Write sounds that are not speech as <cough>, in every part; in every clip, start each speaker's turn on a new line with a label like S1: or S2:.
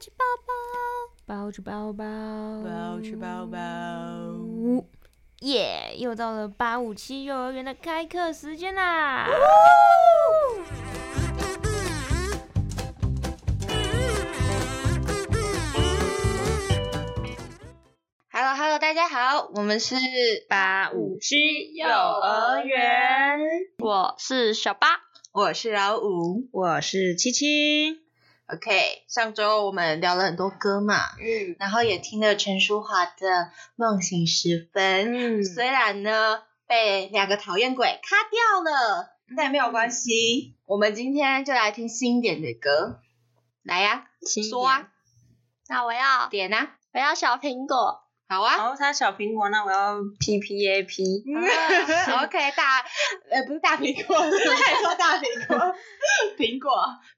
S1: 吃包包，包吃包包，
S2: 包吃包包。
S1: 耶又到了八五七幼儿园的开课时间啦！
S3: Hello Hello，大家好，我们是八五七幼儿园，
S1: 我是小八，
S3: 我是老五。
S2: 我是七七，
S3: OK，上周我们聊了很多歌嘛，
S2: 嗯
S3: 然后也听了陈淑华的《梦醒时分》，
S2: 嗯
S3: 虽然呢被两个讨厌鬼卡掉了，
S1: 嗯
S3: 但没有关系，我们今天就来听新一点的歌，来呀、说啊，
S1: 那我要
S3: 点啊，
S1: 我要小苹果，
S3: 好啊。
S2: 好，他小苹果，那我要 P P A P，
S3: <laughs> 嗯 OK，大呃不是大苹果， <laughs> 还说大苹 <laughs> 果，苹果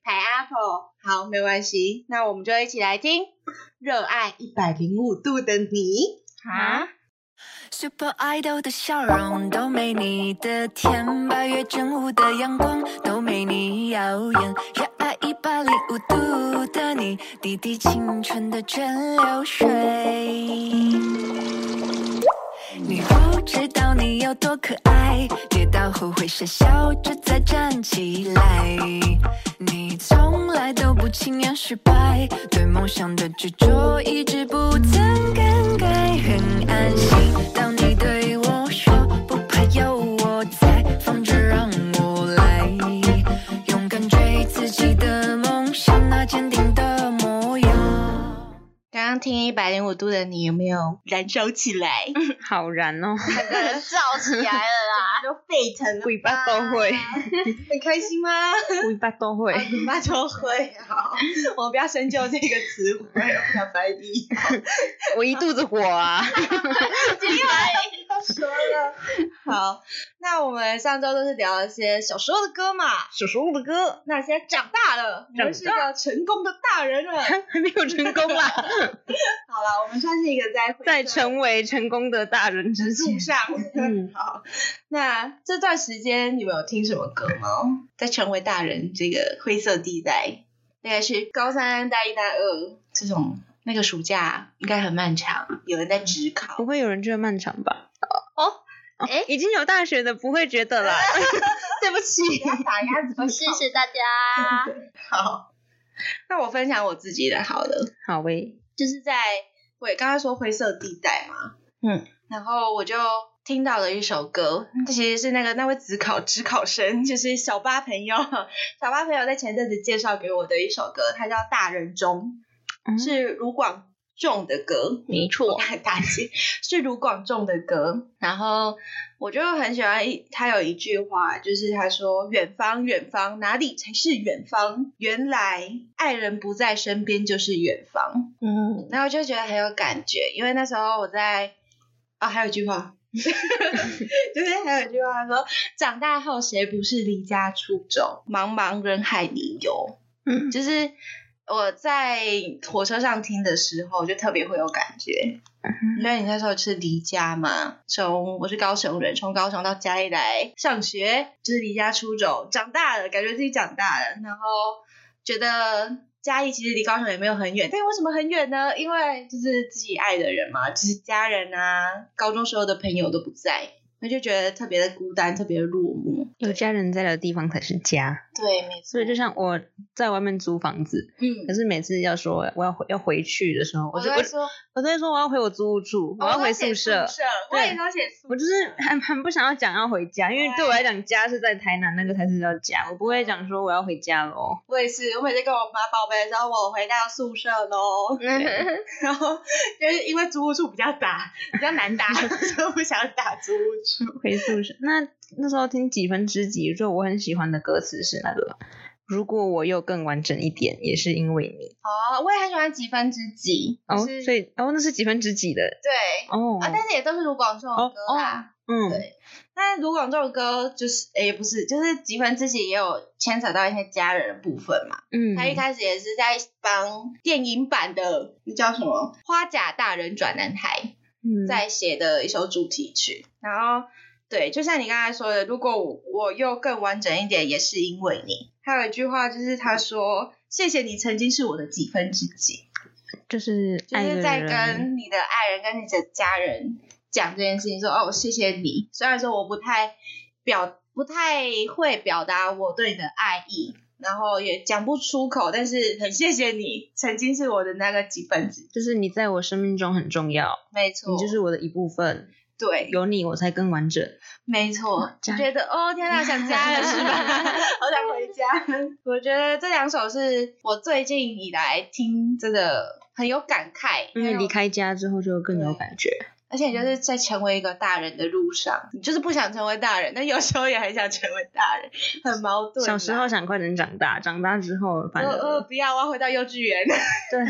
S3: pineapple，好，没关系，那我们就一起来听《热爱一百零五度的你》
S1: 啊，
S4: Super Idol 的笑容都没你的甜，八月正午的阳光都没你耀眼。热爱一百零五度的你，滴滴青春的蒸馏水。你不知道你有多可爱，跌倒后会傻笑着再站起来。你从来都不轻言失败，对梦想的执着一直不曾更改，很安心。当你对我说不怕有我在，放着让我来，勇敢追自己的梦想，那坚定的模样。
S3: 刚刚听一百零五度的你有没有燃烧起来？
S2: 好燃哦！
S3: <laughs> 整个人燥起来了 <laughs> 啦，都沸腾了，
S2: 尾巴都会，
S3: <laughs> 很开心吗？
S2: 尾巴都会。
S3: 尾巴都会，好，我们不要深究这个词汇，我要翻译。
S2: <laughs> 我一肚子火
S3: <laughs>
S2: 啊！
S3: 要说了，好，那我们上周都是聊了些小时候的歌嘛，
S2: 小时候的歌
S3: 那现在长大了，我们是一个成功的大人
S2: <laughs> <laughs>
S3: 了。
S2: 还没有成功啦，
S4: <laughs>
S3: 好了，我们算是一个在
S2: 在
S3: 成
S2: 成为成功的大人之
S3: 路
S2: 前，
S3: 上。
S2: 嗯
S3: <laughs> 好，那这段时间你们有听什么歌吗？在成为大人这个灰色地带，大概是高三、大一、大二这种，那个暑假应该很漫长，有人在职考
S1: 嗯
S2: 不。会有人觉得漫长吧？
S1: 哦，
S2: 诶，已经有大学的不会觉得
S4: <laughs>
S2: 啦。
S3: 对不
S1: <laughs>
S3: 起，不要打鸭子会
S1: 谢
S3: 跑
S1: 谢大家。
S3: <laughs> 好，那我分享我自己的好了，
S2: 好喂，
S3: 就是在我也刚刚说灰色地带嘛，
S2: 嗯，
S3: 然后我就听到了一首歌，这其实是那个那位职考职考生，就是小八朋友，小八朋友在前阵子介绍给我的一首歌，它叫《大人中
S2: 嗯》，
S3: 是卢广仲的歌，
S1: 没
S2: 哦
S1: 错，
S3: 打击是卢广仲的歌，然后我就很喜欢一他有一句话，就是他说：“远方，远方，哪里才是远方？原来爱人不在身边就是远方。”
S2: 嗯，
S3: 然后我就觉得很有感觉，因为那时候我在啊、还有一句话，就是还有一句话他说：“长大后谁不是离家出走？茫茫人海里游。”
S2: 嗯
S3: 就是我在火车上听的时候，就特别会有感觉，
S2: 嗯
S3: 因为你那时候是离家嘛，从我是高雄人，从高雄到嘉义来上学，就是离家出走，长大了，感觉自己长大了，然后觉得。嘉义其实离高雄也没有很远，但为什么很远呢？因为就是自己爱的人嘛，就是家人啊，高中时候的朋友都不在，那就觉得特别的孤单，特别的落寞。
S2: 有家人在的地方才是家。
S3: 对，没错
S2: 所以就像我在外面租房子，
S3: 嗯
S2: 可，是每次要说我要回要回去的时候，我
S3: 我
S2: 就
S3: 都
S2: 我
S3: 会说，哦
S2: 我都会说我要回我租屋住，我要回宿舍。
S3: 我
S2: 对
S3: 也都写宿舍，
S2: 我就是很很不想要讲要回家，因为对我来讲家是在台南，那个才是叫家，我不会讲说我要回家喽。
S3: 我也是，我每次跟我妈报备的时候，我回到宿舍 <laughs> 喽，然后就是因为租屋处比较打，比较难打， <laughs> 所以不想打租屋处。
S2: 回宿舍。那那时候听几分之几，就我很喜欢的歌词是那个，如果我又更完整一点，也是因为你。
S3: 哦，我也很喜欢几分之几，
S2: 哦，
S3: 就是
S2: 所以哦，那是几分之几的
S3: 对。
S2: 哦。
S3: 啊，但是也都是卢广仲的歌啦。
S2: 嗯
S3: 对但是卢广仲的歌就是，哎诶也不是，就是几分之几也有牵扯到一些家人的部分嘛。
S2: 嗯，
S3: 他一开始也是在帮电影版的那叫什么《花甲大人转男孩》
S2: 嗯
S3: 在写的一首主题曲。然后，对，就像你刚才说的，如果我我又更完整一点，也是因为你。还有一句话就是他说：“谢谢你曾经是我的几分之几。”
S2: 就是
S3: 就
S2: 爱的
S3: 是在
S2: 人
S3: 跟你的爱人、跟你的家人讲这件事情，说哦，谢谢你。虽然说我不太表、不太会表达我对你的爱意，然后也讲不出口，但是很谢谢你，曾经是我的那个几分子。
S2: 就是你在我生命中很重要，
S3: 没错，
S2: 你就是我的一部分，
S3: 对，
S2: 有你我才更完整。
S3: 没错，就
S2: 家
S3: 觉得哦天哪，想家了
S2: <laughs>
S3: 是吧？好想回家。我觉得这两首是我最近以来听，真的很有感慨，
S2: 因为
S3: 很有
S2: 离开家之后就更有
S3: 对
S2: 感觉。
S3: 而且你就是在成为一个大人的路上，你就是不想成为大人，但有时候也很想成为大人，很矛盾啊。
S2: 小时候想快点长大，长大之后反
S3: 呃
S2: 正、
S3: 呃，不要，我要回到幼稚园。 <laughs>
S2: 对。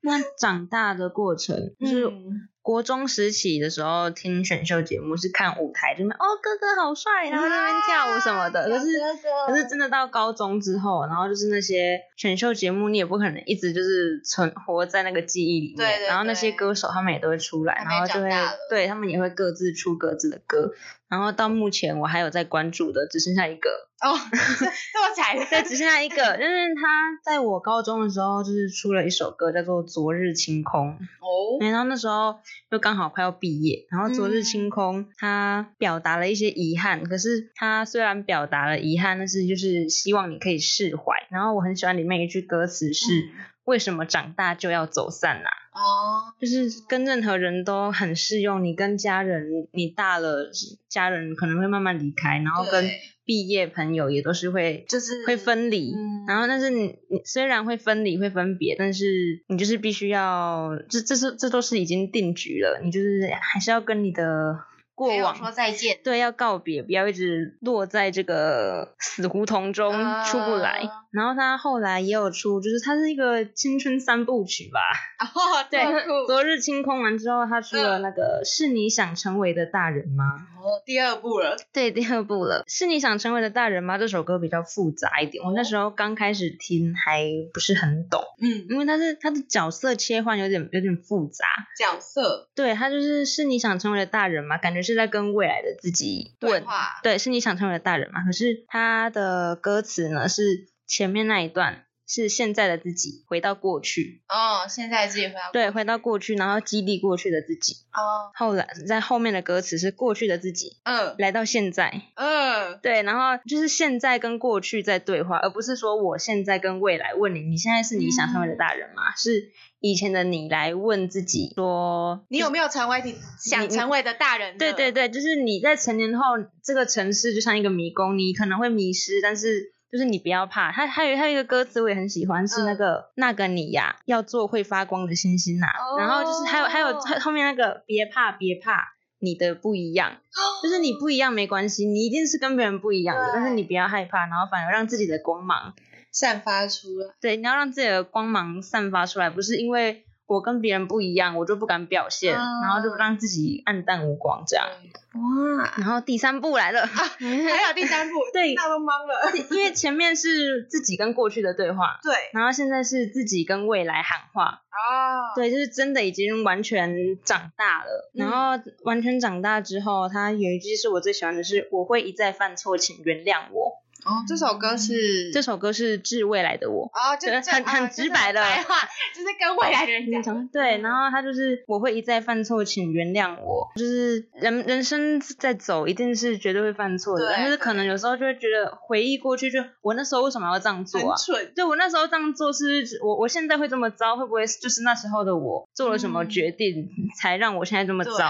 S2: 那长大的过程，就是
S3: 嗯
S2: 国中时期的时候听选秀节目是看舞台，就那边哦哥哥好帅，然后在那边跳舞什么的。可是
S3: 小啊哥哥
S2: 可是真的到高中之后，然后就是那些选秀节目，你也不可能一直就是存活在那个记忆里面。
S3: 对对
S2: 然后那些
S3: 对
S2: 歌手他们也都会出来，
S3: 他们
S2: 然后
S3: 也
S2: 就会
S3: 长大了
S2: 对他们也会各自出各自的歌。然后到目前我还有在关注的只剩下一个，
S3: 哦，这么惨，
S2: 对，只剩下一个，就是他在我高中的时候，就是出了一首歌叫做《昨日清空》，
S3: 哦，
S2: 然后那时候又刚好快要毕业，然后《昨日清空》他表达了一些遗憾，可是他虽然表达了遗憾，但是就是希望你可以释怀。然后我很喜欢里面一句歌词是。
S3: 嗯
S2: 为什么长大就要走散啊？
S3: 哦，
S2: 就是跟任何人都很适用。你跟家人，你大了，家人可能会慢慢离开，然后跟
S3: 对
S2: 毕业朋友也都是会
S3: 就是
S2: 会分离，
S3: 嗯
S2: 然后但是你你虽然会分离会分别，但是你就是必须要这这是这都是已经定局了，你就是还是要跟你的过
S3: 没有说
S2: 往
S3: 再见，
S2: 对要告别，不要一直落在这个死胡同中
S3: 啊
S2: 出不来。然后他后来也有出，就是他是一个青春三部曲吧，
S3: 哦，
S2: 对 <laughs>
S3: 这么酷，
S2: 昨日清空完之后，他出了
S3: 嗯
S2: 那个是你想成为的大人吗？
S3: 哦，第二部了，
S2: 对，第二部了。是你想成为的大人吗？这首歌比较复杂一点，我那时候刚开始听还不是很懂，
S3: 嗯，
S2: 因为它是它的角色切换有点有点复杂。
S3: 角色
S2: 对，它就是是你想成为的大人吗？感觉是在跟未来的自己
S3: 对
S2: 问。
S3: 话，
S2: 对，是你想成为的大人吗？可是它的歌词呢是前面那一段。是现在的自己回到过去，
S3: 哦，现在自己回到
S2: 对，回到过去，然后激励过去的自己。
S3: 哦，
S2: 后来在后面的歌词是过去的自己
S3: 嗯
S2: 来到现在，
S3: 嗯，
S2: 对，然后就是现在跟过去在对话，而不是说我现在跟未来问你，你现在是你想成为的大人吗？是以前的你来问自己说，
S3: 你有没有成为你想成为的大人呢？
S2: 对对对，就是你在成年后，这个城市就像一个迷宫，你可能会迷失，但是。就是你不要怕，他还有还有一个歌词我也很喜欢，是那
S3: 嗯
S2: 个、那个你呀、要做会发光的星星呐、
S3: 哦
S2: 然后就是还有还有后后面那个别怕别怕，你的不一样，
S3: 哦
S2: 就是你不一样没关系，你一定是跟别人不一样的，
S3: 对
S2: 但是你不要害怕，然后反而让自己的光芒，
S3: 散发出来。
S2: 对，你要让自己的光芒散发出来，不是因为我跟别人不一样，我就不敢表现，
S3: 嗯
S2: 然后就让自己暗淡无光这样。
S3: 哇，
S2: 然后第三部来了， <laughs>
S3: 还有第三部，
S2: 啊哎对
S3: 那都懵了。
S2: 因为前面是自己跟过去的对话，
S3: 对
S2: 然后现在是自己跟未来喊话，
S3: 哦，
S2: 对，就是真的已经完全长大了。
S3: 嗯
S2: 然后完全长大之后，他有一句是我最喜欢的是“我会一再犯错，请原谅我
S3: 哦，这首歌是”。
S2: 这首歌是致未来的我。
S3: 哦，就
S2: 对
S3: 这
S2: 很
S3: 啊
S2: 很
S3: 就是
S2: 直白的
S3: 白话，就是跟未来的人讲的。
S2: 对，然后他就是我会一再犯错，请原谅我。就是人人生在走，一定是绝对会犯错的，
S3: 对
S2: 但是可能有时候就会觉得回忆过去就，我那时候为什么要这样做
S3: 很
S2: 啊？
S3: 蠢，
S2: 对我那时候这样做是不是我我现在会这么糟？会不会就是那时候的我做了什么决定，才让我现在这么
S3: 嗯对
S2: 糟？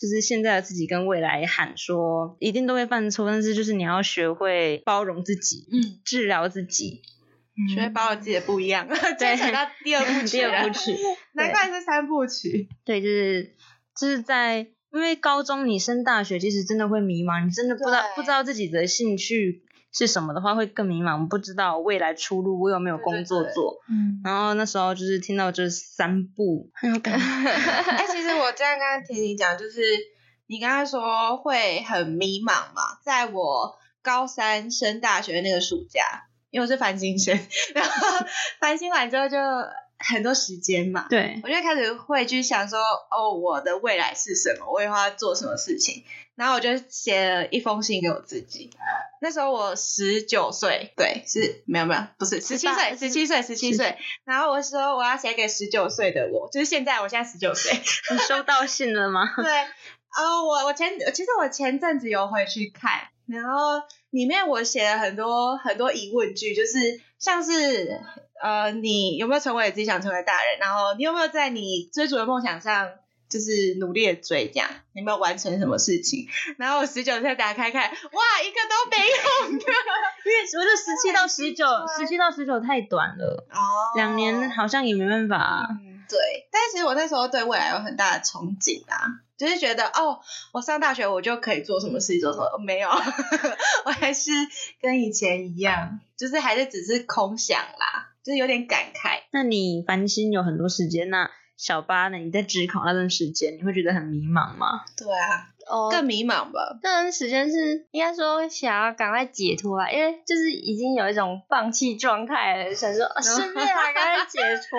S2: 就是现在的自己跟未来喊说，一定都会犯错，但是就是你要学会包容自己，
S3: 嗯，
S2: 治疗自己。
S3: 学会包容自己的不一样，
S2: 对
S3: <laughs> 牵扯到 <laughs> 第二部曲
S2: 第
S3: 了
S2: 二部，曲，
S3: 难怪是三部曲。
S2: 对，就是就是在。因为高中你升大学，其实真的会迷茫，你真的不知道
S3: 对
S2: 不知道自己的兴趣是什么的话，会更迷茫，不知道未来出路，我有没有
S3: 对对
S2: 工作
S3: 对
S2: 做。
S1: 嗯，
S2: 然后那时候就是听到这三部，很有
S3: <laughs>
S2: 感觉。
S3: 哎，其实我这样刚刚听你讲，就是你刚才说会很迷茫嘛，在我高三升大学那个暑假，因为我是繁星生，然后繁星完之后就很多时间嘛，
S2: 对，
S3: 我就开始会去想说，哦，我的未来是什么？我以后要做什么事情？然后我就写了一封信给我自己。那时候我十九岁，对，是没有没有，不是十七岁，十七岁，十七岁。然后我说我要写给十九岁的我，就是现在，我现在十九岁。
S2: 你收到信了吗？ <laughs>
S3: 对，哦，我我前其实我前阵子有回去看，然后里面我写了很多很多疑问句，就是像是呃，你有没有成为自己想成为的大人？然后你有没有在你追逐的梦想上？就是努力的追，这样你有没有完成什么事情？然后我十九岁打开看，哇，一个都没有 <laughs> 的
S2: 因为我就十七到十
S3: <laughs>
S2: 九，十七到十九太短了，
S3: 哦
S2: 两年好像也没办法。
S3: 嗯，对，但其实我那时候对未来有很大的憧憬啊，就是觉得哦，我上大学我就可以做什么事做什么，哦没有， <laughs> 我还是跟以前一样，就是还是只是空想啦，就是有点感慨。
S2: 那你烦心有很多时间，那小八呢？你在职考那段时间，你会觉得很迷茫吗？
S3: 对啊，
S1: 哦，
S3: 更迷茫吧。
S1: 那段时间是应该说想要赶快解脱啊，因为就是已经有一种放弃状态了，想说啊，生病啊，赶快解脱。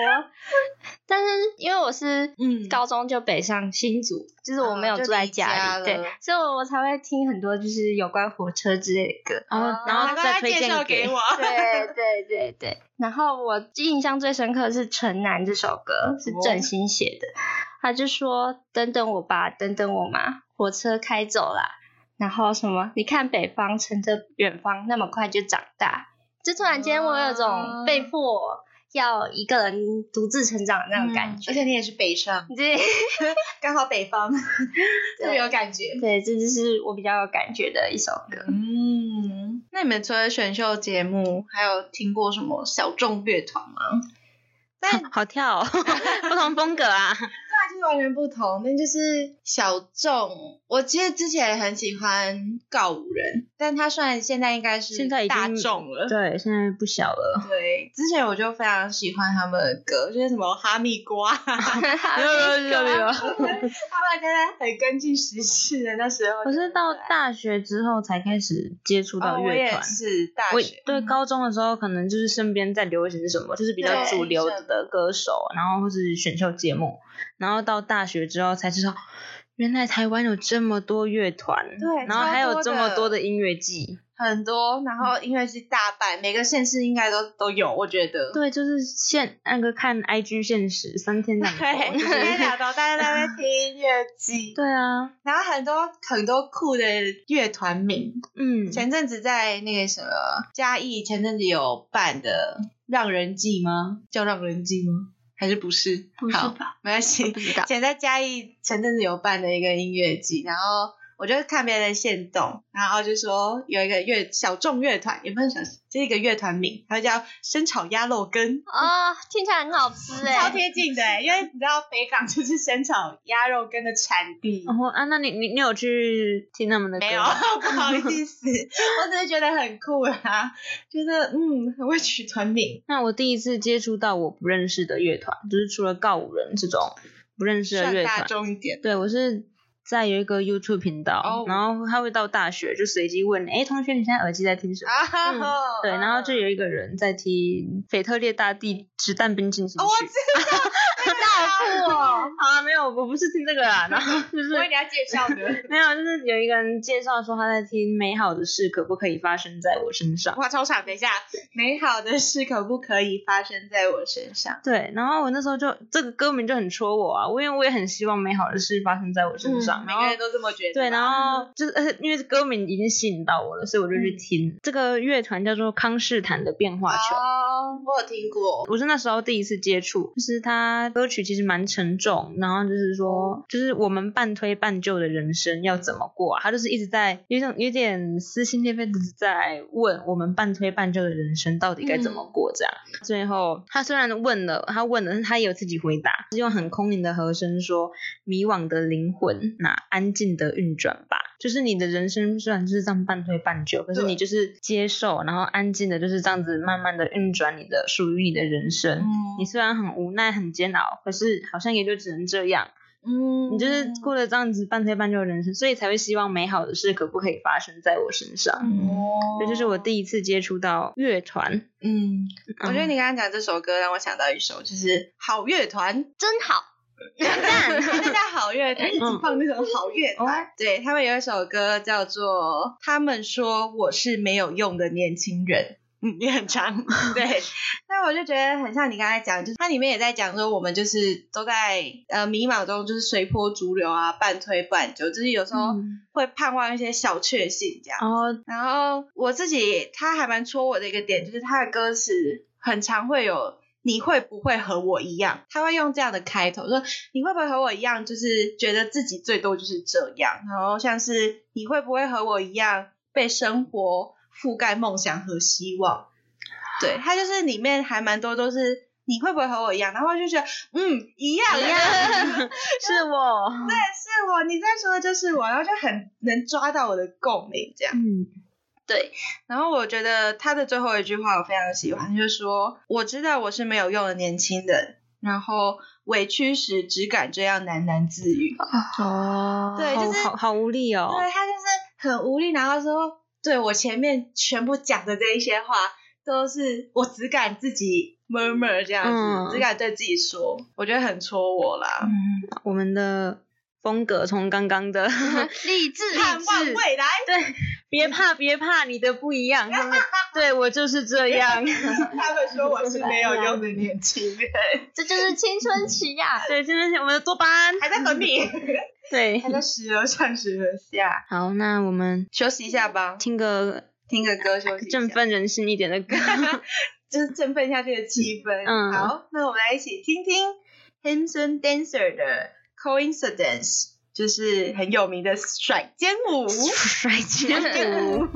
S1: 但是因为我是
S3: 嗯
S1: 高中就北上新竹，就是我没有
S3: 哦就
S1: 住在
S3: 离家
S1: 里，对
S3: 了，
S1: 所以我才会听很多就是有关火车之类的歌。
S2: 然后，然后
S3: 刚
S2: 再
S3: 才
S2: 推
S3: 啊哦介绍
S2: 荐
S3: 给我，
S1: <laughs> 对对对对，然后我印象最深刻的是《城南》这首歌，是郑兴写的。他就说：“等等我吧，等等我嘛，火车开走啦。”然后什么？你看北方乘着远方，那么快就长大。就突然间，我有种被迫要一个人独自成长的那种感
S3: 嗯哦
S1: 觉。
S3: 而且你也是北上，
S1: 对
S3: <laughs> 刚好北
S1: <laughs>
S3: 方，特别有感觉。
S1: 对，这就是我比较有感觉的一首
S3: <laughs>
S1: 歌。
S3: 嗯，那你们除了选秀节目，还有听过什么小众乐团吗？
S2: 好好跳、哦， <laughs> 不同风格啊。
S3: 就是完全不同，但就是小众。我其实之前很喜欢告五人，但他算现在应该是
S2: 现在已经
S3: 大众了。
S2: 对，现在不小
S3: <laughs>
S2: 了。
S3: 对，之前我就非常喜欢他们的歌，就是什么哈密 <laughs> 瓜，他们真的很跟进时事的。那时候
S2: 我是到
S3: 对
S2: 大学之后才开始接触到
S3: 哦，我
S2: 乐
S3: 也
S2: 团。
S3: 是大
S2: 我
S3: 学，
S2: 对高中的时候，可能就是身边在流行什么，就是比较
S3: 对
S2: 主流
S3: 是
S2: 的歌手，然后或是选秀节目，然后到大学之后才知道，原来台湾有这么多乐团，
S3: 对
S2: 然后还
S3: 超
S2: 有
S3: 多
S2: 这么
S3: 的
S2: 多的音乐季，
S3: 很多，然后音乐系大半，每个县市应该都都有，我觉得。
S2: 对，就是现那个看 IG 现实三 <laughs> 天两头，
S3: 对，
S2: 就
S3: 今天
S2: 是 <laughs>
S3: 两头大家在那边听音乐季，
S2: 对啊，
S3: 然后很多很多酷的乐团名，
S2: 嗯，
S3: 前阵子在那个什么嘉义，前阵子有办的《让人记》吗？叫《让人记》吗？还是不是？
S1: 不是
S3: 好，
S1: 吧？
S3: 没关系。
S1: 不知道。
S3: 前在嘉义前阵子有办的一个音乐季，然后我就看别人的线动，然后就说有一个乐小众乐团，也不是小，就是一个乐团名，它叫生炒鸭肉羹。
S1: <laughs> 哦，听起来很好
S3: <laughs>
S1: 吃哎、
S3: 超贴近的、因为你知道北港就是生炒鸭肉羹的产地，
S2: 然后啊，那你你你有去听他们的歌吗？
S3: 没有， <laughs> 不好意
S2: <laughs>
S3: 思，我只是觉得很酷啦，觉得嗯很会取团名，
S2: 那我第一次接触到我不认识的乐团，就是除了告五人这种不认识的
S3: 算
S2: 乐
S3: 大
S2: 团，
S3: 众一点。
S2: 对我是在有一个 YouTube 频道，
S3: 哦
S2: 然后他会到大学就随机问，哎，同学你现在耳机在听什么？
S3: 啊哈、
S2: 嗯对，然后就有一个人在听《腓特烈大帝之蛋冰进行曲
S3: 哦》我知
S1: 好酷哦！
S2: 好啊，没有，我不是听这个啦，然
S3: <laughs>
S2: 后就是
S3: 我为你要介绍的，
S2: 没有，就是有一个人介绍说他在听《美好的事可不可以发生在我身上》。
S3: 哇，超长，等一下，美好的事可不可以发生在我身上？
S2: 对，然后我那时候就这个歌名就很戳我啊，我因为我也很希望美好的事发生在我身上，
S3: 每
S2: 然后
S3: 个人都这么觉得吧。
S2: 对，然后嗯就是呃因为歌名已经吸引到我了，所以我就去听、这个乐团叫做康士坦的变化球。
S3: 哦，我有听过，
S2: 我是那时候第一次接触，就是他歌曲其实蛮沉重，然后就是说，就是我们半推半就的人生要怎么过啊？他就是一直在有点有点撕心裂肺的在问我们半推半就的人生到底该怎么过这样。最后他虽然问了，他问了，但是他也有自己回答，是用很空灵的和声说：“迷惘的灵魂，那安静的运转吧。”就是你的人生虽然就是这样半推半就，可是
S3: 对
S2: 你就是接受，然后安静的就是这样子慢慢的运转你的属于你的人生。
S3: 嗯
S2: 你虽然很无奈、很煎熬，可是好像也就只能这样。
S3: 嗯
S2: 你就是过了这样子半推半就的人生，所以才会希望美好的事可不可以发生在我身上。
S3: 哦，
S2: 这就是我第一次接触到乐团，
S3: 嗯， <laughs> 我觉得
S2: 嗯
S3: 你刚刚讲这首歌让我想到一首，就是好乐团，
S1: 真
S3: <laughs>
S1: 好，
S3: 大家好乐团，一直放那种好乐团。对他们有一首歌叫做《他们说我是没有用的年轻人》。嗯，也很 <laughs> 长，对。那我就觉得很像你刚才讲，就是它里面也在讲说，我们就是都在呃迷茫中，就是随波逐流啊，半推半就，就是有时候
S2: 嗯
S3: 会盼望一些小确幸这样。
S2: 然后
S3: 然后我自己他还蛮戳我的一个点，就是他的歌词很常会有“你会不会和我一样”，他会用这样的开头说“你会不会和我一样”，就是觉得自己最多就是这样。然后像是“你会不会和我一样被生活覆盖梦想和希望”，对他就是里面还蛮多都是。你会不会和我一样？然后就觉得，嗯，一样，一样，
S2: 是我，
S3: 是我，哦你在说的就是我，然后就很能抓到我的共鸣，这样。
S2: 嗯，
S3: 然后我觉得他的最后一句话我非常喜欢，就是说我知道我是没有用的年轻人，然后委屈时只敢这样喃喃自语。
S2: <laughs> 哦
S3: 对就是
S2: 好好无力哦，
S3: 对他就是很无力，然后说对我前面全部讲的这一些话都是我只敢自己 murmur 这样子，
S2: 嗯
S3: 只敢对自己说，我觉得很戳我啦。
S2: 我们的风格从刚刚
S3: <laughs>
S2: 的
S1: 励志，
S3: 盼望
S1: 励志
S3: 未来，
S2: 别怕别怕，你的不一样，他们对我就是这
S3: <laughs>
S2: 样，
S3: 他们说我是没有用的年轻人，
S1: 这就是青春期呀、
S2: 对，真的是我们的多巴胺，
S3: 还在粉笔， <laughs>
S2: 对
S3: 还，在时而上时而下，
S2: 好，那我们
S3: 休息一下吧。
S2: 听个
S3: 听个歌休
S2: <laughs>
S3: 息一下，
S2: 振奋人心一点
S3: <laughs>
S2: 的歌，
S3: 就是振奋一下这个气氛。
S2: 嗯
S3: 好，那我们来一起听听 Hanson Dancer 的 Coincidence，就是很有名的甩肩舞。
S2: 甩肩舞。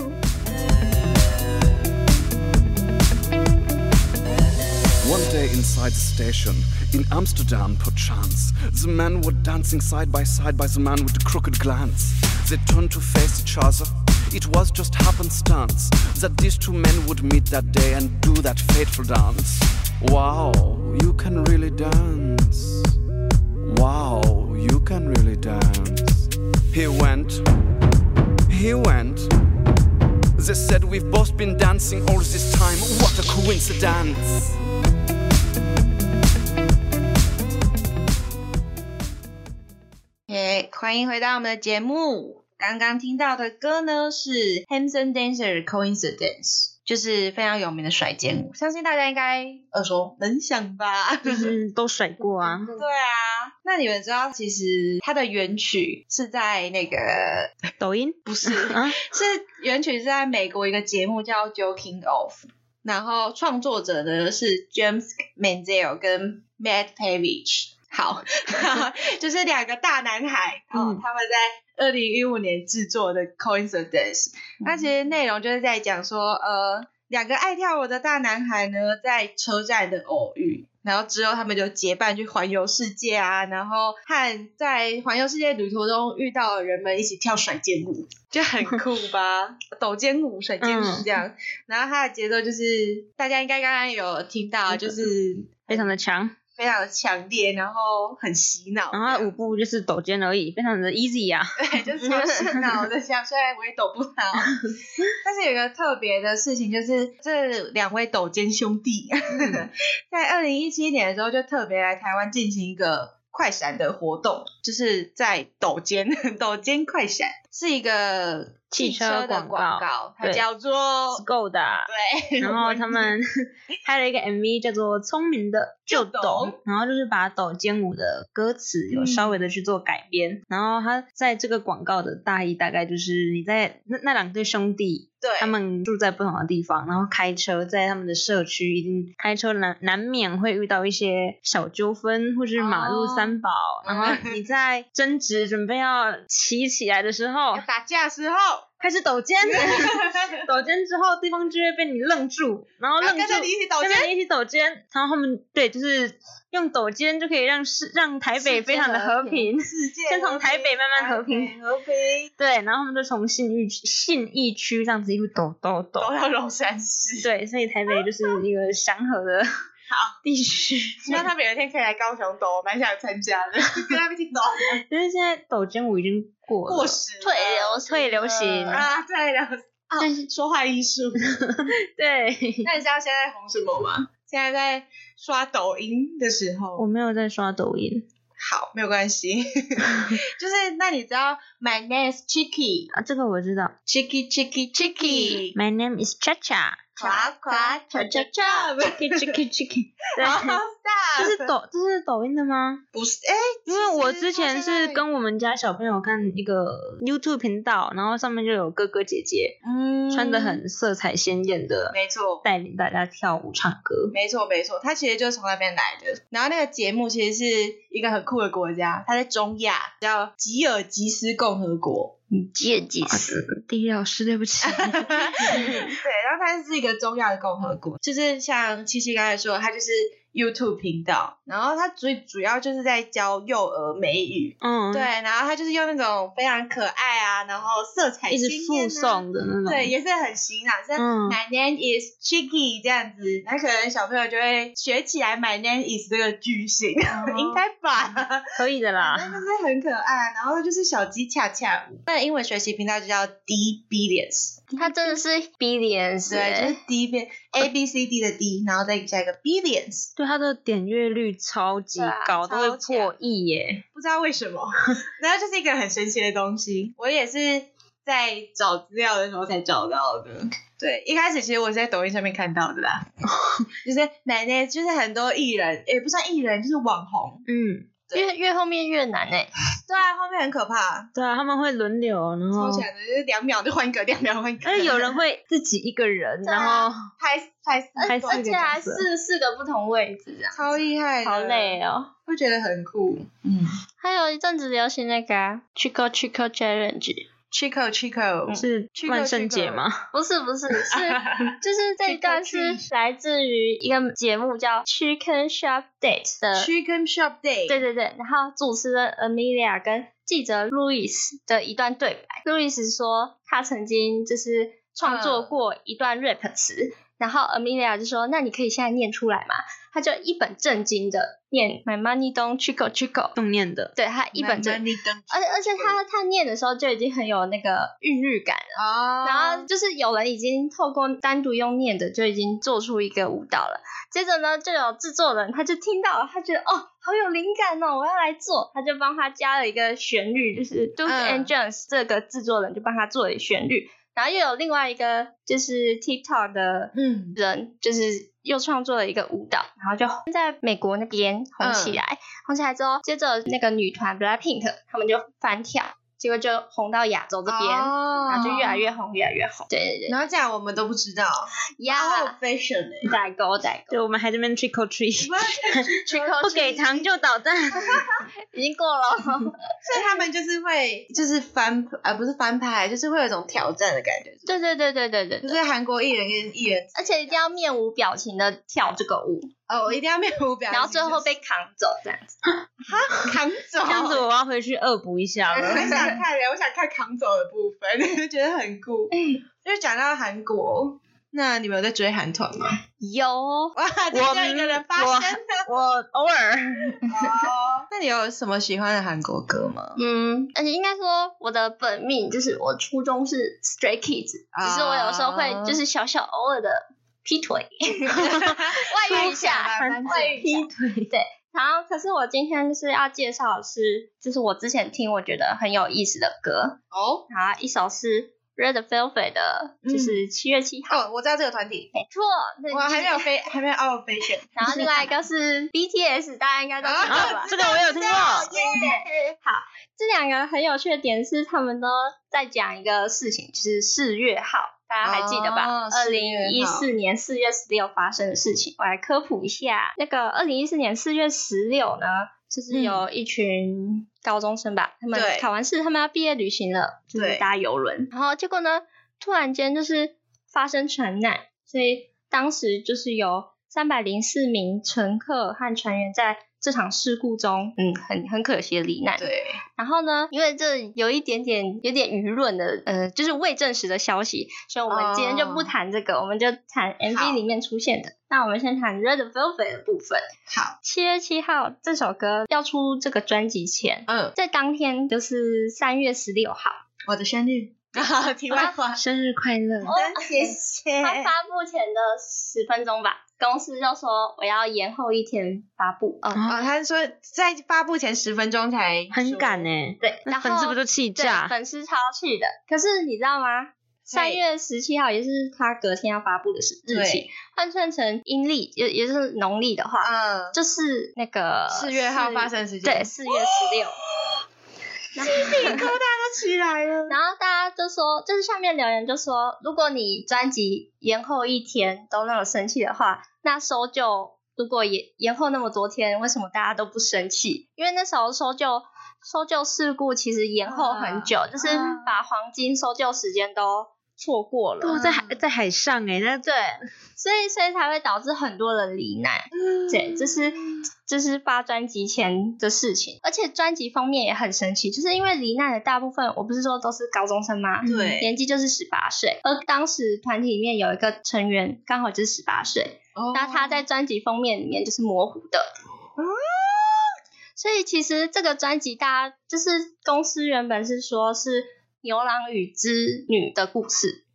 S5: One day inside the station, in Amsterdam perchance, the men were dancing side by side by the man with the crooked glance. They turned to face each other. It was just happenstance that these two men would meet that day and do that fateful dance. Wow, you can really dance. Wow, you can really dance. He went. He went. They said we've both been dancing all this time. What a coincidence!
S3: 耶欢迎回到我们的节目。刚刚听到的歌呢是 Hanson Dancer 的 Coincidence，就是非常有名的甩肩舞，相信大家应该耳熟能详吧。
S2: 就是都甩过啊，
S3: <laughs> 对啊，那你们知道其实它的原曲是在那个
S2: 抖音
S3: 不是
S2: <laughs> 啊，
S3: <laughs> 是原曲是在美国一个节目叫《Joking Off》，然后创作者呢是 James Manzel 跟 Matt Pavage。好，就是两个大男孩，哦
S2: 嗯，
S3: 他们在二零一五年制作的《Coincidence》，那其实内容就是在讲说，呃，两个爱跳舞的大男孩呢，在车站的偶遇，然后之后他们就结伴去环游世界啊，然后和在环游世界旅途中遇到的人们一起跳甩肩舞，就很酷吧？ <laughs> 抖肩舞、甩肩舞这样。然后它的节奏就是大家应该刚刚有听到，就是
S2: 非常的强，
S3: 非常的强烈，然后很洗脑，
S2: 然后舞步就是抖肩而已，非常的 easy 啊。<laughs>
S3: 对，就是超洗脑的，像虽然我也抖不好，但是有一个特别的事情，就是这两位抖肩兄弟 <laughs> 在二零一七年的时候就特别来台湾进行一个快闪的活动，就是在抖肩 <laughs> 抖肩快闪是一个
S2: 汽车
S3: 车的
S2: 广告
S3: 广告，它
S2: 对
S3: 叫做
S2: s。够的。
S3: 哦
S2: 啊
S3: 对，
S2: <laughs> 然后他们拍了一个 MV 叫做《聪明的就懂
S3: 就》，懂
S2: 然后就是把抖肩舞的歌词有稍微的去做改编。然后他在这个广告的大意大概就是你在那那两对兄弟，
S3: <laughs> 对
S2: 他们住在不同的地方，然后开车在他们的社区，一定开车难难免会遇到一些小纠纷，或是马路
S3: 哦 <laughs>
S2: 三宝。然后你在争执准备要骑起来的时候
S3: 要，打架的时候，
S2: 开始抖
S3: <laughs>
S2: 肩。抖肩之后，对方就会被你愣住，然后
S3: 然
S2: 愣
S3: 啊后跟着
S2: 住
S3: 你，一起抖
S2: 跟
S3: 肩
S2: 着，你一起抖肩，然后他们对，就是用抖肩就可以让世让台北非常的和平，
S3: 世界
S2: <laughs> 先从台北慢慢
S3: 和
S2: 和平，
S3: 平，哎和平
S2: 对，然后他们就从信义区信义区这样子一路抖抖抖，
S3: 都要龙山寺。
S2: 对，所以台北就是一个祥和的
S3: 好，
S2: <laughs> 地区。
S3: <laughs> 希望他们有一天可以来高雄抖，我蛮想参加
S2: <laughs>
S3: 的，跟他们一起抖。
S2: 因为现在抖肩舞已经过了
S3: 过时了
S1: 退流退流行
S3: 啊，对了，啊，
S2: 嗯
S3: 说话
S2: <laughs>
S3: 艺术。
S2: 对， <laughs>
S3: 那你知道现在红什么吗？现在在刷抖音的时
S2: 我
S3: 候，
S2: 没有在刷抖音
S3: 好，没有关系。
S2: <laughs>
S3: 就是那你知道 My name is Chicky
S2: 啊，这个我知道。
S3: Chicky Chicky Chicky
S2: My name is Cha Cha。
S3: 夸 <laughs> 夸
S1: 敲敲敲
S2: Chicky Chicky
S3: <laughs>
S2: Chicky。对，
S3: 好大，
S2: 这是抖，这是抖音的吗？
S3: 哦不是？哎，
S2: 因为我之前是
S3: 其实它现在
S2: 跟我们家小朋友看一个 YouTube 频道，然后上面就有哥哥姐姐
S3: 嗯
S2: 穿的，很色彩鲜艳的，
S3: 没错，
S2: 带领大家跳舞唱歌。
S3: 没错没错，他其实就是从那边来的。然后那个节目其实是一个很酷的国家，它在中亚，叫吉尔吉斯共和国。
S1: 你记得记死，
S2: 地理老师，对不起。
S3: 嗯对，然后它是一个中亚的共和国，就是像七七刚才说的，它就是 YouTube 频道，然后它主主要就是在教幼儿美语。
S2: 嗯，
S3: 对，，然后它就是用那种非常可爱啊，然后色彩
S2: 一直
S3: 鲜艳
S2: 附
S3: 啊
S2: 送的那种。
S3: 对，，也是很洗脑，像
S2: 嗯
S3: My name is Chicky 这样子，那可能小朋友就会学起来 My name is 这个句型，
S1: 哦
S3: <laughs> 应该
S1: <laughs>
S3: 吧？
S2: 可以的啦。
S1: 嗯
S3: 反正就是很可爱，然后就是小鸡恰恰舞，那英文学习频道就叫 D Billions，
S1: 他真的是 billions，
S3: 对，就
S1: 欸
S3: 是 D 变 A B C D 的 D，然后再加一个 Billions，
S2: 对，它的点阅率超级
S1: 对啊
S2: 高，都会
S3: 超强
S2: 破亿耶！
S3: 不知道为什么，然后就是一个很神奇的东西，我也是。在找资料的时候才找到的。对，一开始其实我是在抖音上面看到的啦，就是奶奶，就是很多艺人，也不算艺人，就是网红。
S2: 嗯，
S1: 越越后面越难哎，
S3: 对啊，后面很可怕，
S2: 对啊，他们会轮流，然
S3: 超
S2: 后
S3: 强的，就是两秒就换一个，两秒换一个。
S2: 而且哦有
S3: <laughs>
S2: 人会自己一个人，
S1: 对啊
S2: 然后
S3: 拍拍四
S2: 拍四
S3: 个
S1: 而且还
S2: 角色
S1: 四四个不同位置啊，
S3: 超厉害，
S1: 好，累哦。
S3: 会觉得很酷。嗯
S1: 还有一阵子流行那个啊 Chico Chico Challenge，
S3: ，Chico Chico，
S2: 是
S3: 去过
S2: 万
S3: 去
S2: 圣节
S3: 过
S2: 吗？
S1: 不是不是 <laughs> 是就是这一段是来自于一个节目叫 Chicken Shop Date 的
S3: Chicken Shop Day，
S1: 对对对，然后主持人 Amelia 跟记者 Louis 的一段对白。Louis 说他曾经就是创作过一段 rap 词，然后 Amelia 就说：“那你可以现在念出来吗？”他就一本正经的念 “My money don't chico chico”，
S2: <laughs> 动念的，
S1: 对他一本正，
S3: 立灯
S1: 而且而且他他念的时候就已经很有那个韵律感了。
S3: 哦，
S1: 然后就是有人已经透过单独用念的就已经做出一个舞蹈了。接着呢，就有制作人他就听到了，他觉得哦好有灵感哦，我要来做，他就帮他加了一个旋律，就是 Duke
S3: 嗯
S1: and Jones 这个制作人就帮他做了旋律。然后又有另外一个就是 TikTok 的
S3: 嗯
S1: 人，就是又创作了一个舞蹈，然后就在美国那边红起来，
S3: 嗯
S1: 红起来之后，接着那个女团 BLACKPINK 他们就翻跳，结果就红到亚洲这边。
S3: 哦
S1: 然后就越来越红，越来越红。对对对，
S3: 然后这样我们都不
S1: <laughs>
S3: 知道，
S1: 呀，
S3: fashion 哎、
S1: 代购代
S2: 对，
S1: 购，
S2: 我们还在那边 trick or treat，
S1: Trick or
S2: 不给
S1: treat
S2: 糖就捣蛋。
S1: 已经过了。
S3: 所以他们就是会就是翻呃不是翻拍，就是会有一种挑战的感觉，
S1: <laughs> 对对对对对对
S3: 就
S1: 对，
S3: 是韩国艺人跟艺人
S1: 而且一定要面无表情的跳这个舞，
S3: 哦，我一定要面无表情，
S1: 然后最后被扛走这样子。
S3: 就是扛走，
S2: 这样
S1: <laughs>
S2: 子我要回去恶补一下
S3: 我很
S2: 了。
S3: 想看耶，我想看扛走的部分， <laughs> 就觉得很酷。
S1: 嗯
S3: 就讲到韩国，那你们有在追韩团吗？
S1: 有哦，
S3: 哇，这样一个人发
S2: 我
S3: 声
S2: 我偶尔
S3: 哦。那你有什么喜欢的韩国歌吗？
S1: 嗯，而且应该说我的本命就是我初中是 Stray Kids，
S3: 啊
S1: 只是我有时候会就是小小偶尔的劈 <laughs> 腿，外遇一下，外遇一下。
S2: 腿，
S1: 然后，可是我今天就是要介绍的是，就是我之前听我觉得很有意思的歌，
S3: 哦
S1: 然后一首是 Red Velvet 的，就是七月七号，
S3: 哦，我知道这个团体，
S1: 没错，那
S3: 我还没有。飞，哦还没有 out of fashion。
S1: 然后另外一
S3: <laughs>
S1: 个是 BTS，大家应该都知道吧
S2: 啊？这个我有听过
S1: 对好，这两个很有趣的点是，他们都在讲一个事情，就是四月号，大家还记得吧？
S3: 哦
S1: 二
S3: 4
S1: 零
S3: 月
S1: 一
S3: 号
S1: 四年四月十六发生的事情，我来科普一下。那个二零一四年四月十六呢，就是有一群高中生吧，他们
S3: 嗯对
S1: 考完试，他们要毕业旅行了，就是
S3: 对
S1: 搭游轮，然后结果呢，突然间就是发生船难，所以当时就是有三百零四名乘客和船员在这场事故中，嗯，很很可惜的罹难。
S3: 对，
S1: 然后呢，因为这有一点点有点舆论的，呃，就是未证实的消息，所以我们今天就不谈这个，我们就谈 MV 里面出现的。那我们先谈 Red Velvet 的部分。
S3: 好，
S1: 七月七号这首歌要出这个专辑前，
S3: 嗯，
S1: 在当天就是三月十六号，
S3: 我的生日，啊， <laughs> 题外话，哦
S2: 生日快乐！
S3: 谢谢
S1: 它发布前的十分钟吧，公司就说我要延后一天发布。嗯，
S3: 哦，他说在发布前十分钟才
S2: 很赶欸
S3: 呢、
S2: 呢、
S1: 对，然
S2: 那
S1: 后
S2: 粉丝不就气
S1: 对
S2: 炸？
S1: 粉丝超气的。可是你知道吗？
S2: 嗯
S1: 三月十七号也是他隔天要发布的时日期
S3: 对，
S1: 换算成阴历也也就是农历的话，
S3: 嗯，
S1: 就是那个
S3: 四月号发生的时间
S1: 对，四月十
S3: <gasps>
S1: 六。然后
S3: 他起来了，
S1: 然后大家就说，就是下面留言就说，如果你专辑延后一天都那么生气的话，那搜救如果延延后那么多天，为什么大家都不生气？因为那时候搜救搜救事故其实延后很久，
S3: 啊
S1: 就是把黄金搜救时间都错过了。
S2: 不在海在海上哎、那
S1: 嗯对，所以所以才会导致很多人罹难。对，这是这是发专辑前的事情，而且专辑方面也很神奇，就是因为罹难的大部分，我不是说都是高中生吗？
S3: 对，
S1: 年纪就是十八岁，而当时团体里面有一个成员刚好就是十八岁，
S3: 哦
S1: 那他在专辑封面里面就是模糊的。
S3: 啊
S1: 所以其实这个专辑，大家就是公司原本是说是牛郎与织女的故事，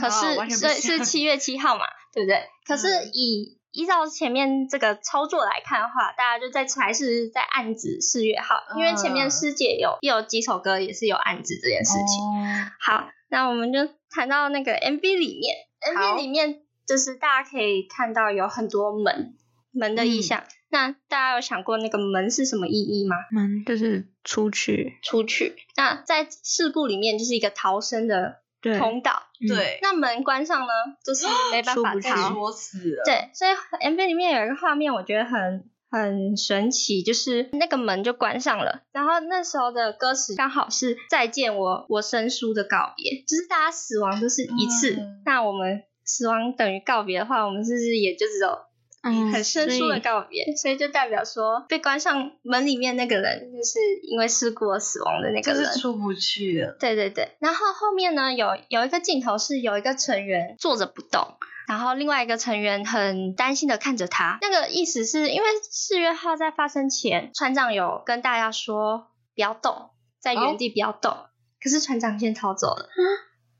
S1: 可
S3: 哦
S1: 是
S3: 完全
S1: 所
S3: 不
S1: 以是
S3: 像嗯
S1: 七月七号嘛，对不对？可是以依照前面这个操作来看的话，大家就在猜是在暗指四月号，因为前面
S3: 嗯
S1: 师姐有也有几首歌也是有暗指这件事情。
S3: 哦
S1: 好，那我们就谈到那个 MV 里面
S3: 好
S1: ，MV 里面就是大家可以看到有很多门门的意
S2: 嗯
S1: 象。那大家有想过那个门是什么意义吗？
S2: 门就是出去，
S1: 出去。那在事故里面就是一个逃生的
S2: 对，
S1: 通道，
S3: 对，
S1: 那门关上呢，就是没办法
S2: <gasps> 出不去
S1: 逃。
S3: 说死了，
S1: 对，所以 MV 里面有一个画面，我觉得很很神奇，就是那个门就关上了，然后那时候的歌词刚好是“再见我我生疏的告别”，就是大家死亡都是一次，
S3: 嗯
S1: 那我们死亡等于告别的话，我们是不是也就只有
S2: 嗯
S1: 很生疏的告别？所以就代表说，被关上门里面那个人，就是因为事故而死亡的那个
S3: 就
S1: 人。
S3: 是出不去了，
S1: 对对对，然后后面呢有有一个镜头是有一个成员坐着不动，然后另外一个成员很担心的看着他。那个意思是因为四月号在发生前，船长有跟大家说不要动，在原地不要动，可是船长先逃走了。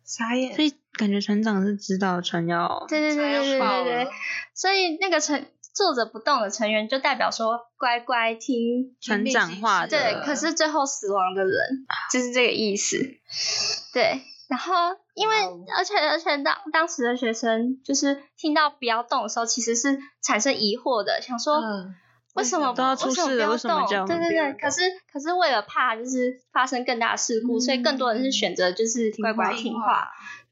S3: 傻眼，
S2: 所以感觉船长是知道船要
S1: 对对对
S3: 差
S1: 对对
S3: 点爆
S1: 对
S3: 了
S1: 对，所以那个成坐着不动的成员就代表说乖乖听
S2: 船长画
S3: 对啊
S1: 对
S2: 的，
S3: 了，
S1: 可是最后死亡的人就是这个意思。对，然后因为
S3: 哇哦
S1: 而且而且当当时的学生就是听到不要动的时候，其实是产生疑惑的，想说。
S3: 嗯，
S1: 为什么
S2: 都要出
S1: 为什么
S2: 事了
S1: 不
S2: 为什么
S1: 动
S2: 叫我
S1: 对
S2: 们
S1: 对
S2: 不要
S1: 对，可是可是为了怕就是发生更大的事故，所以更多人是选择就是乖乖听话。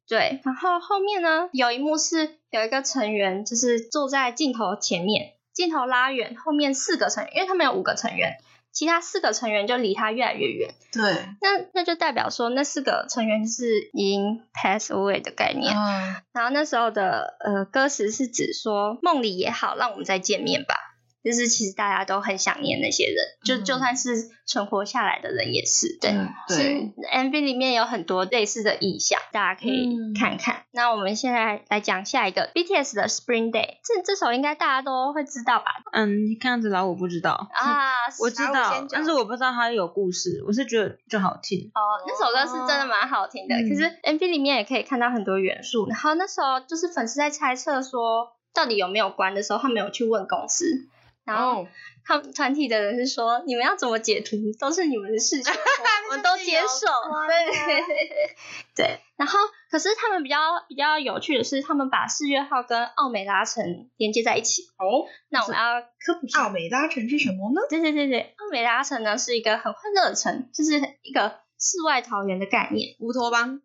S1: 对，然后后面呢，有一幕是有一个成员就是坐在镜头前面，镜头拉远，后面四个成员，因为他们有五个成员，其他四个成员就离他越来越远。
S3: 对，
S1: 那那就代表说，那四个成员就是已经 pass away 的概念。
S3: 嗯，
S1: 然后那时候的呃歌词是指说，梦里也好，让我们再见面吧。就是其实大家都很想念那些人，就就
S3: 嗯
S1: 算是存活下来的人也是，对。
S3: 嗯
S1: 是
S3: 对，
S1: MV 里面有很多类似的意象，大家可以看看。那我们现在来讲下一个 BTS 的 Spring Day，这这首应该大家都会知道吧？
S2: 嗯，看样子老五不知道，
S1: 啊，
S2: 嗯我知
S1: 15
S2: 道
S1: 先，讲
S2: 但是我不知道它有故事，我是觉得就好听，
S1: 哦，那首歌是真的蛮好听的，
S2: 嗯
S1: 可是 MV 里面也可以看到很多元素。然后那时候就是粉丝在猜测说到底有没有关的时候，他们有去问公司，然后
S3: 哦
S1: 他们团体的人是说你们要怎么解读都是你们的事情，我们都接受。
S3: 啊
S1: 对对，然后可是他们比较比较有趣的是，他们把四月号跟奥美拉城连接在一起。
S3: 哦，
S1: 那我们要科普一下
S3: 奥美拉城是什么呢？
S1: 对对对对，奥美拉城呢是一个很欢乐的城，就是一个世外桃源的概念，
S3: 乌托邦，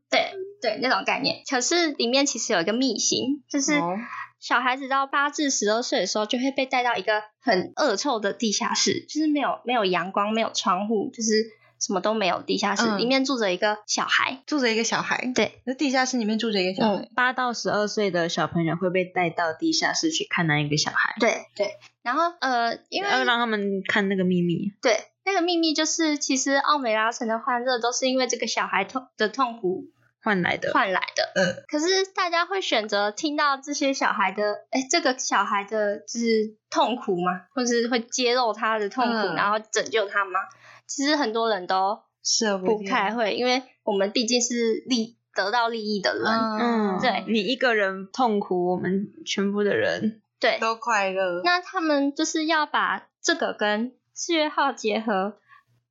S1: 对那种概念。可是里面其实有一个秘辛，就是
S3: 哦
S1: 小孩子到八至十二岁的时候，就会被带到一个很恶臭的地下室，就是没有没有阳光，没有窗户，就是什么都没有地下室，
S3: 嗯
S1: 里面住着一个小孩。
S3: 住着一个小孩，
S1: 对，
S3: 那地下室里面住着一个小孩，
S1: 嗯，
S2: 八到十二岁的小朋友会被带到地下室去看那一个小孩，
S1: 对对。然后呃，因为
S2: 要让他们看那个秘密。
S1: 对那个秘密就是，其实奥美拉城的欢乐都是因为这个小孩痛的痛苦
S2: 换来的，
S1: 换来的。
S3: 嗯
S1: 可是大家会选择听到这些小孩的，哎，这个小孩的就是痛苦吗？或是会揭露他的痛苦，
S3: 嗯
S1: 然后拯救他吗？其实很多人都
S3: 是
S1: 不太会，因为我们毕竟是利得到利益的人，
S3: 嗯，
S1: 哦对
S2: 你一个人痛苦，我们全部的人，
S1: 对。
S3: 都快乐，
S1: 那他们就是要把这个跟四月号结合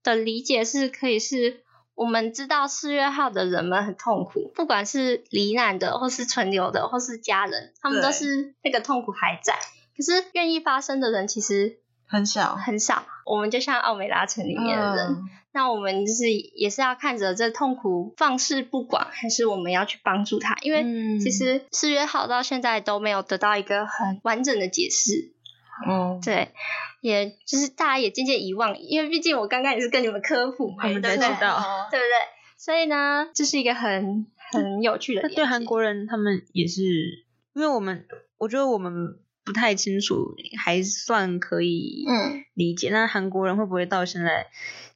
S1: 的理解是可以是。我们知道四月号的人们很痛苦，不管是罹难的，或是存留的，或是家人，他们
S3: 对
S1: 都是那个痛苦还在。可是愿意发声的人其实
S3: 很小
S1: 很少。我们就像奥美拉城里面的人，
S3: 嗯
S1: 那我们就是也是要看着这痛苦放肆不管，还是我们要去帮助他？因为
S2: 嗯
S1: 其实四月号到现在都没有得到一个很完整的解释，
S3: 嗯，
S1: 对，也就是大家也渐渐遗忘，因为毕竟我刚刚也是跟你们科普
S2: 我
S1: 嘛，对
S2: 们
S1: 不
S2: 才
S1: 对？
S2: 知
S1: 对不
S2: 道。
S1: 对？所以呢，这是一个很很有趣的
S2: 那
S1: 连接。
S2: 对韩国人，他们也是，因为我们我觉得我们不太清楚，还算可以
S1: 嗯
S2: 理解。那韩国人会不会到现在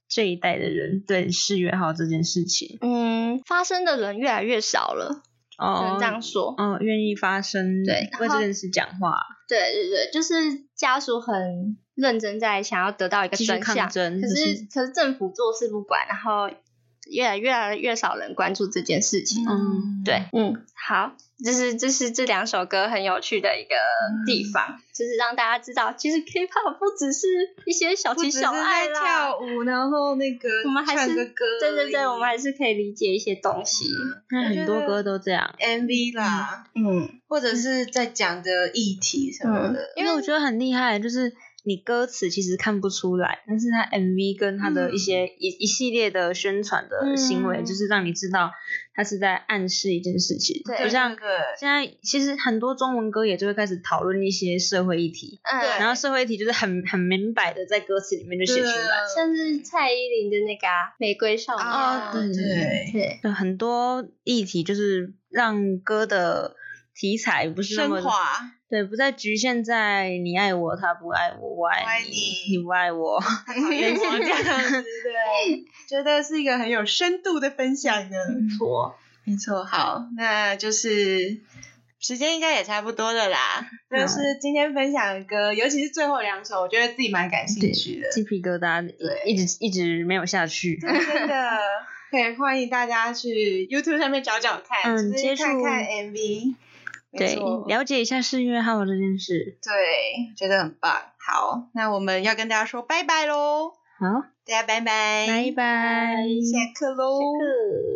S2: 这一代的人对四月号这件事情，
S1: 嗯，发生的人越来越少了，只
S2: 哦
S1: 能这样说。
S2: 哦，愿意发声，
S1: 对
S2: 为
S1: 然
S2: 这
S1: 后
S2: 件事讲话，
S1: 对对对，就是家属很认真在想要得到一个
S2: 继续
S1: 真
S2: 抗
S1: 相，
S2: 争
S1: 可
S2: 就是
S1: 可是政府做事不管，然后越来越来越少人关注这件事情。
S2: 嗯
S1: 对，嗯，好，就是这是这两首歌很有趣的一个
S3: 嗯
S1: 地方，就是让大家知道，其实 K-pop 不只是一些小
S3: 不
S1: 情
S3: 只是
S1: 小爱
S3: 在
S1: 啦，
S3: 跳舞，然后那个
S1: 我们还
S3: 唱
S1: 是
S3: 个歌而已，
S1: 对对对，我们还是可以理解一些东西。
S2: 那很
S3: 我
S2: 多
S3: 觉得
S2: 歌都这样。
S3: MV 啦，
S1: 嗯，
S3: 或者是在讲的议题什么的，
S2: 因为我觉得很厉害，就是你歌词其实看不出来，但是他 MV 跟他
S1: 嗯
S2: 的一些、一一系列的宣传的行为，
S3: 嗯
S2: 就是让你知道他是在暗示一件事情。
S1: 对
S2: 就
S3: 就
S2: 像
S3: 像个
S2: 现在其实很多中文歌也就会开始讨论一些社会议题，
S1: 嗯，
S3: 对
S2: 然后社会议题就是很很明白的在歌词里面就写出来。
S1: 像是蔡依林的那个、啊《玫瑰少年》
S3: 啊，
S2: 对
S3: 对，
S1: 对，
S2: 就很多议题就是让歌的题材不是那么
S3: 升华，
S2: 对，不再局限在你爱我，他不爱我，我
S3: 我爱
S2: 爱
S3: 你
S2: 你不爱我。
S3: <laughs> 类似这样子，对，觉得是一个很有深度的分享呢。
S1: 错，
S3: 没错，好，那就是时间应该也差不多了啦。就是今天分享的歌，尤其是最后两首，我觉得自己蛮感兴趣的，
S2: 鸡皮疙瘩
S3: 对，
S2: 一直一直没有下去。
S3: 真的。可以欢迎大家去 YouTube 上面找找看，
S2: 嗯
S3: 就是
S2: 接触
S3: 看看 MV，没
S2: 对
S3: 错，，
S2: 了解一下四月号这件事。
S3: 对，觉得很棒。好，那我们要跟大家说拜拜喽，
S2: 好，
S3: 大家拜拜，
S2: 拜拜，
S3: 下课喽，
S2: 下课